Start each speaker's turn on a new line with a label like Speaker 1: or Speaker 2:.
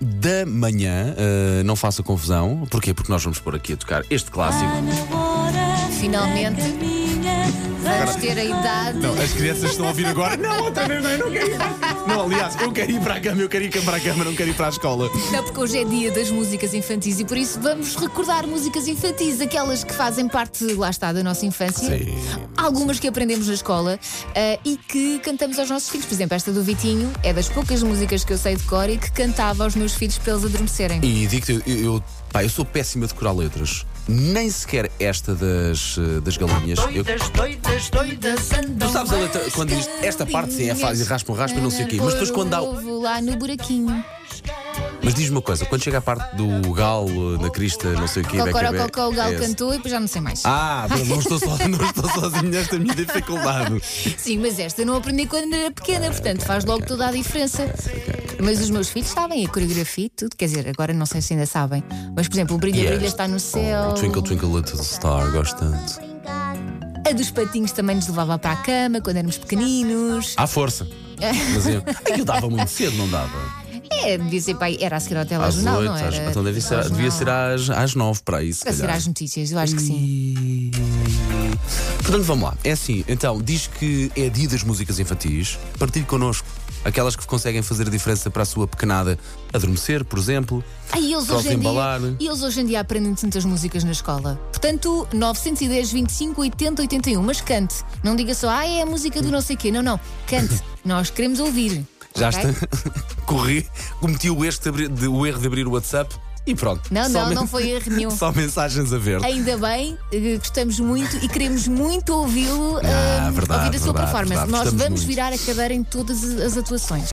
Speaker 1: da manhã. Uh, não faça confusão. Porquê? Porque nós vamos pôr aqui a tocar este clássico.
Speaker 2: Ah. Finalmente. Vamos ter a idade.
Speaker 3: Não, as crianças estão a ouvir agora. Não, outra vez não, eu não quero ir. Não, aliás, eu quero ir para a cama, eu quero ir para a cama, não quero ir para a escola.
Speaker 2: Não, porque hoje é dia das músicas infantis e por isso vamos recordar músicas infantis, aquelas que fazem parte, lá está, da nossa infância.
Speaker 1: Sim.
Speaker 2: Algumas que aprendemos na escola ah, e que cantamos aos nossos filhos. Por exemplo, esta do Vitinho é das poucas músicas que eu sei de cor e que cantava aos meus filhos para eles adormecerem.
Speaker 1: E digo-te, eu, eu, pá, eu sou péssimo a decorar letras. Nem sequer esta das, eh, das galinhas. Eu,
Speaker 4: Doidas, doidas, doidas andam.
Speaker 1: tu sabes a letra, quando diz esta parte sim é fácil, raspa, raspa e não sei o quê. Mas depois quando dá.
Speaker 2: Pôr o
Speaker 1: o-
Speaker 2: ovo lá no buraquinho.
Speaker 1: Mas diz-me uma coisa, quando chega a parte do galo na crista, não sei o quê. da cabe-
Speaker 2: Cocorococó, o galo
Speaker 1: é esse.
Speaker 2: cantou e depois já não sei mais.
Speaker 1: Ah, mas não estou, so, não estou sozinho nesta minha dificuldade.
Speaker 2: Sim, mas esta eu não aprendi quando era pequena, portanto faz logo toda a diferença. Mas os meus filhos sabem a coreografia e tudo, quer dizer, agora não sei se ainda sabem. Mas, por exemplo, o Brilha Brilha está no céu,
Speaker 1: Oh, twinkle, twinkle, little star, gosto tanto.
Speaker 2: a dos patinhos também nos levava para a cama quando éramos pequeninos.
Speaker 1: À força. Mas eu, é que eu dava muito cedo, não dava?
Speaker 2: É, devia ser, pai, era a seguir ao
Speaker 1: Às
Speaker 2: telejornal,
Speaker 1: oito,
Speaker 2: não
Speaker 1: às,
Speaker 2: era?
Speaker 1: então devia ser, devia ser às, às nove para isso.
Speaker 2: A seguir às notícias, eu acho que sim.
Speaker 1: Portanto, vamos lá. É assim, então, diz que é dia das músicas infantis. Partilhe connosco. Aquelas que conseguem fazer a diferença para a sua pequenada adormecer, por exemplo.
Speaker 2: Ah, e eles,
Speaker 1: Só né?
Speaker 2: hoje em dia,
Speaker 1: desembalar.
Speaker 2: e eles hoje em dia aprendem tantas músicas na escola. Portanto, 910, 25, 80, 81. Mas cante. Não diga só, ah, é a música do não sei quê. Não, não. Cante. Nós queremos ouvir.
Speaker 1: Já
Speaker 2: Ok?
Speaker 1: está. Corri, cometi o erro de abrir, de- o erro de abrir o WhatsApp e pronto.
Speaker 2: Não,
Speaker 1: Só
Speaker 2: não,
Speaker 1: men-
Speaker 2: não foi erro nenhum.
Speaker 1: Só mensagens a ver.
Speaker 2: Ainda bem, eh, gostamos muito e queremos muito ouvi-lo, eh,
Speaker 1: verdade,
Speaker 2: ouvir a sua
Speaker 1: Ah, verdade,
Speaker 2: performance.
Speaker 1: verdade,
Speaker 2: Nós
Speaker 1: gostamos
Speaker 2: vamos
Speaker 1: muito.
Speaker 2: virar a cadeira em todas as- as atuações.